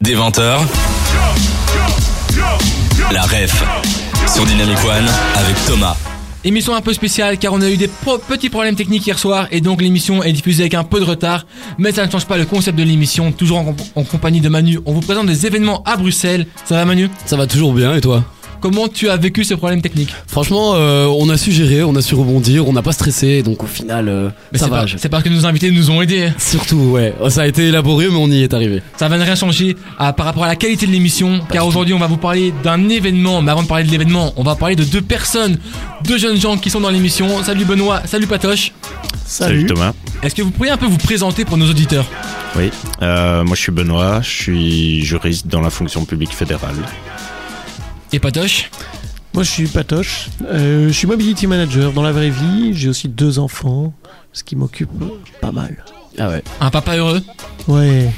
Dès 20h, la ref sur Dynamic One avec Thomas. Émission un peu spéciale car on a eu des pro- petits problèmes techniques hier soir et donc l'émission est diffusée avec un peu de retard, mais ça ne change pas le concept de l'émission. Toujours en, comp- en compagnie de Manu, on vous présente des événements à Bruxelles. Ça va Manu Ça va toujours bien et toi Comment tu as vécu ce problème technique Franchement, euh, on a su gérer, on a su rebondir, on n'a pas stressé, donc au final, euh, Mais ça c'est va. pas- je- C'est parce que nos invités nous ont aidés. hein. Surtout, ouais, Oh, ça a été laborieux, mais on y est arrivé. Ça va ne rien changer à- par rapport à la qualité de l'émission, car aujourd'hui on va vous parler d'un événement. Mais avant de parler de l'événement, on va parler de deux personnes, deux jeunes gens qui sont dans l'émission. Salut Benoît, salut Patoche. Salut, Thomas. Est-ce que vous pourriez un peu vous présenter pour nos auditeurs Oui. Euh, moi je suis Benoît, je suis juriste dans la fonction publique fédérale. Et Patoche Moi, je suis Patoche. Euh, je suis mobility manager dans la vraie vie. J'ai aussi deux enfants, ce qui m'occupe pas mal. Ah ouais. Un papa heureux Ouais.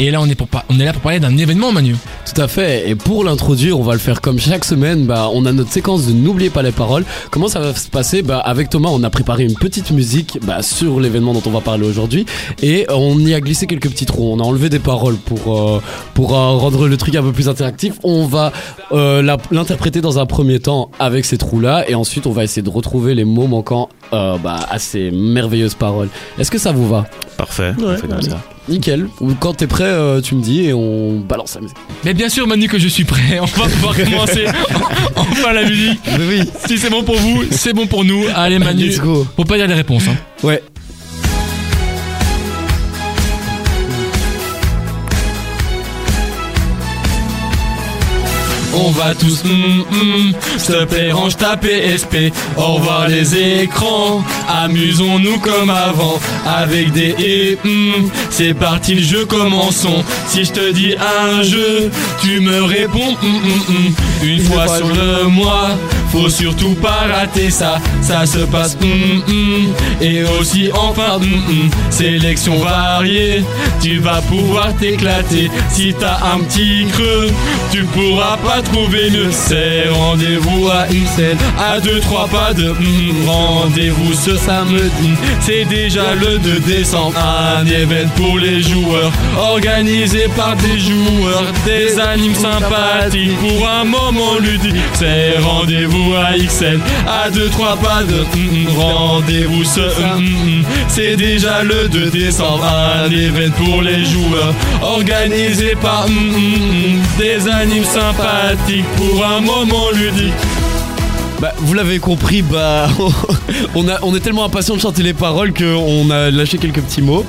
Et là on est, pour par- on est là pour parler d'un événement Manu. Tout à fait. Et pour l'introduire, on va le faire comme chaque semaine. Bah, on a notre séquence de n'oubliez pas les paroles. Comment ça va se passer Bah, avec Thomas, on a préparé une petite musique bah, sur l'événement dont on va parler aujourd'hui, et on y a glissé quelques petits trous. On a enlevé des paroles pour euh, pour euh, rendre le truc un peu plus interactif. On va euh, la- l'interpréter dans un premier temps avec ces trous là, et ensuite on va essayer de retrouver les mots manquants euh, bah, à ces merveilleuses paroles. Est-ce que ça vous va Parfait. on Ouais, fait comme allez. ça. Nickel. Quand t'es prêt, euh, tu me dis et on balance la musique. Mais bien sûr Manu que je suis prêt, on va pouvoir commencer enfin la musique. Oui. Si c'est bon pour vous, c'est bon pour nous. Allez Manu, Let's go. faut pas dire les réponses. hein. Ouais. On va tous, hum, hum, s'il te plaît, range ta PSP. Au revoir les écrans, amusons-nous comme avant. Avec des et, hum, c'est parti le jeu, commençons. Si je te dis un jeu, tu me réponds, hum, hum, hum. Une fois fois sur je- le mois, faut surtout pas rater ça. Ça se passe, hum, hum. Et aussi, enfin, hum, hum. Sélection variée, tu vas pouvoir t'éclater. Si t'as un petit creux, tu pourras pas trouver mieux. C'est rendez-vous à une scène, à deux, trois pas de hmm, rendez-vous ce samedi. C'est déjà le 2 décembre, un événement pour les joueurs, organisé par des joueurs, des animes sympathiques pour un moment ludique. C'est rendez-vous à XL, à deux, trois pas de hmm, hmm, rendez-vous ce hmm, hmm. C'est déjà le 2 décembre, un événement pour les joueurs, organisé par hmm, hmm, hmm, des animes sympathiques pour un moment ludique. Bah, vous l'avez compris, bah, on, a, on est tellement impatient de chanter les paroles qu'on a lâché quelques petits mots.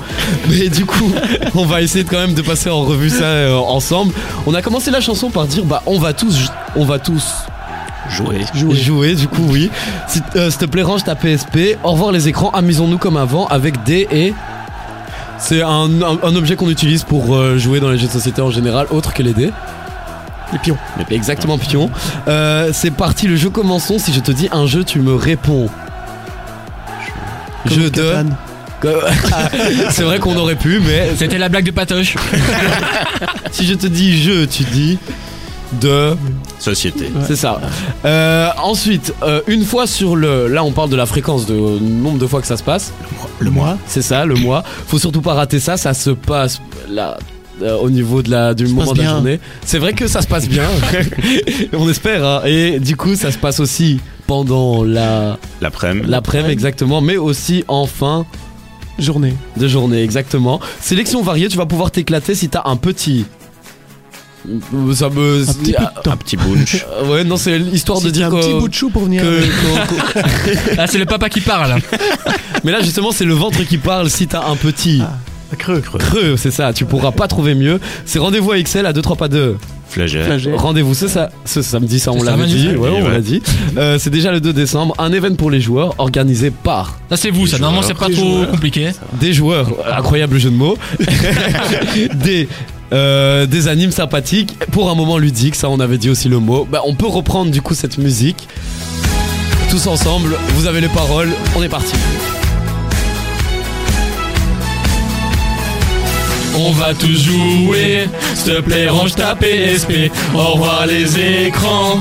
Mais du coup, on va essayer de, quand même de passer en revue ça euh, ensemble. On a commencé la chanson par dire bah, on va tous, ju- on va tous Jouer. jouer. du coup, oui. Si- euh, S'il te plaît, range ta PSP. Au revoir les écrans, amusons-nous comme avant avec des et. C'est un, un- un objet qu'on utilise pour euh, jouer dans les jeux de société en général, autre que les dés. Les pions. Exactement, pion. Euh, c'est parti, le jeu commençons. Si je te dis un jeu, tu me réponds. Jeu de. Catane. c'est vrai qu'on aurait pu, mais C'était la blague de Patoche. si je te dis jeu, tu dis de. Société. Ouais. C'est ça. Euh, ensuite, euh, une fois sur le. Là, on parle de la fréquence, de euh, nombre de fois que ça se passe. Le mois. C'est ça, le mois. Faut surtout pas rater ça. Ça se passe là. euh, au niveau de la, du moment passe de la bien. journée. C'est vrai que ça se passe bien. on espère. hein. Et du coup, ça se passe aussi pendant la. L'après-midi. L'après-midi, exactement, mais aussi en fin Journée. de journée, exactement. Sélection variée, tu vas pouvoir t'éclater si t'as un petit. Ça me. Un petit peu de temps. Un petit bunch. Ah, Ouais, non, c'est l'histoire Si de t'as dire un que. petit bout de chou pour venir. que- avec. qu'on- qu'on- Là, Ah, c'est le papa qui parle. Mais là, justement, c'est le ventre qui parle si t'as un petit. Ah. Creux. Creux. Creux, c'est ça, tu pourras pas trouver mieux. C'est rendez-vous à XL à 2 3 pas 2. Flagelle. Flagelle. Rendez-vous ce, sa- ce samedi, ça on Ce l'avait samedi, dit. samedi, Ouais, on ouais. l'a dit. Euh, c'est déjà le 2 décembre, un événement pour les joueurs organisé par Ça, c'est vous, ça. Les Normalement, c'est joueurs. pas Les trop joueurs. compliqué. des joueurs, incroyable jeu de mots, des, euh, des animes sympathiques, pour un moment ludique, ça on avait dit aussi le mot. Bah, on peut reprendre du coup cette musique. Tous ensemble, vous avez les paroles, on est parti. On va tous jouer, s'il te plaît, range ta PSP. Au revoir les écrans,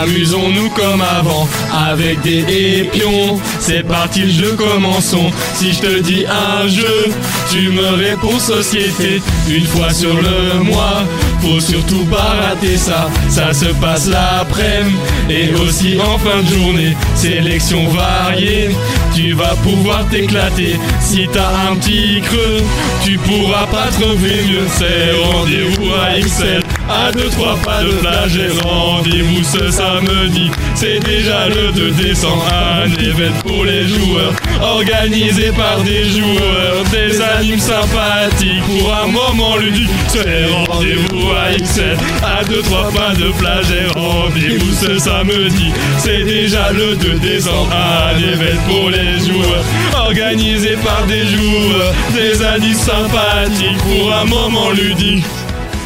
amusons-nous comme avant. Avec des épions, c'est parti le jeu, commençons. Si je te dis un jeu, tu me réponds société. Une fois sur le mois, faut surtout pas rater ça. Ça se passe l'après-midi et aussi en fin de journée. Sélection variée, tu vas pouvoir t'éclater. Si t'as un petit creux, tu pourras pas trouver mieux. C'est rendez-vous à XL. À deux, trois pas de plage et rendez-vous ce samedi. C'est déjà le 2 décembre, un événement pour les joueurs. Organisé par des joueurs, des animes sympathiques pour un moment ludique. C'est rendez-vous à XL. À deux, trois pas de plage et rendez-vous ce samedi. C'est déjà le 2 décembre, un événement pour les joueurs. Organisé par des joueurs, des animes sympathiques pour un moment ludique.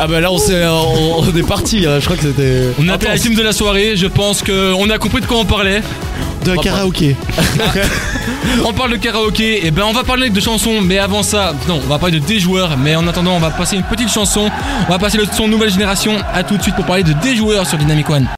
Ah bah là on s'est, euh, on, on est parti. hein. Je crois que c'était. On a fait la team de la soirée, je pense qu'on a compris de quoi on parlait. De pas. karaoké. On parle de karaoké, et ben on va parler de chansons, mais avant ça, non, on va parler de des joueurs, mais en attendant, on va passer une petite chanson. On va passer le son Nouvelle Génération. À tout de suite pour parler de des joueurs sur Dynamic One.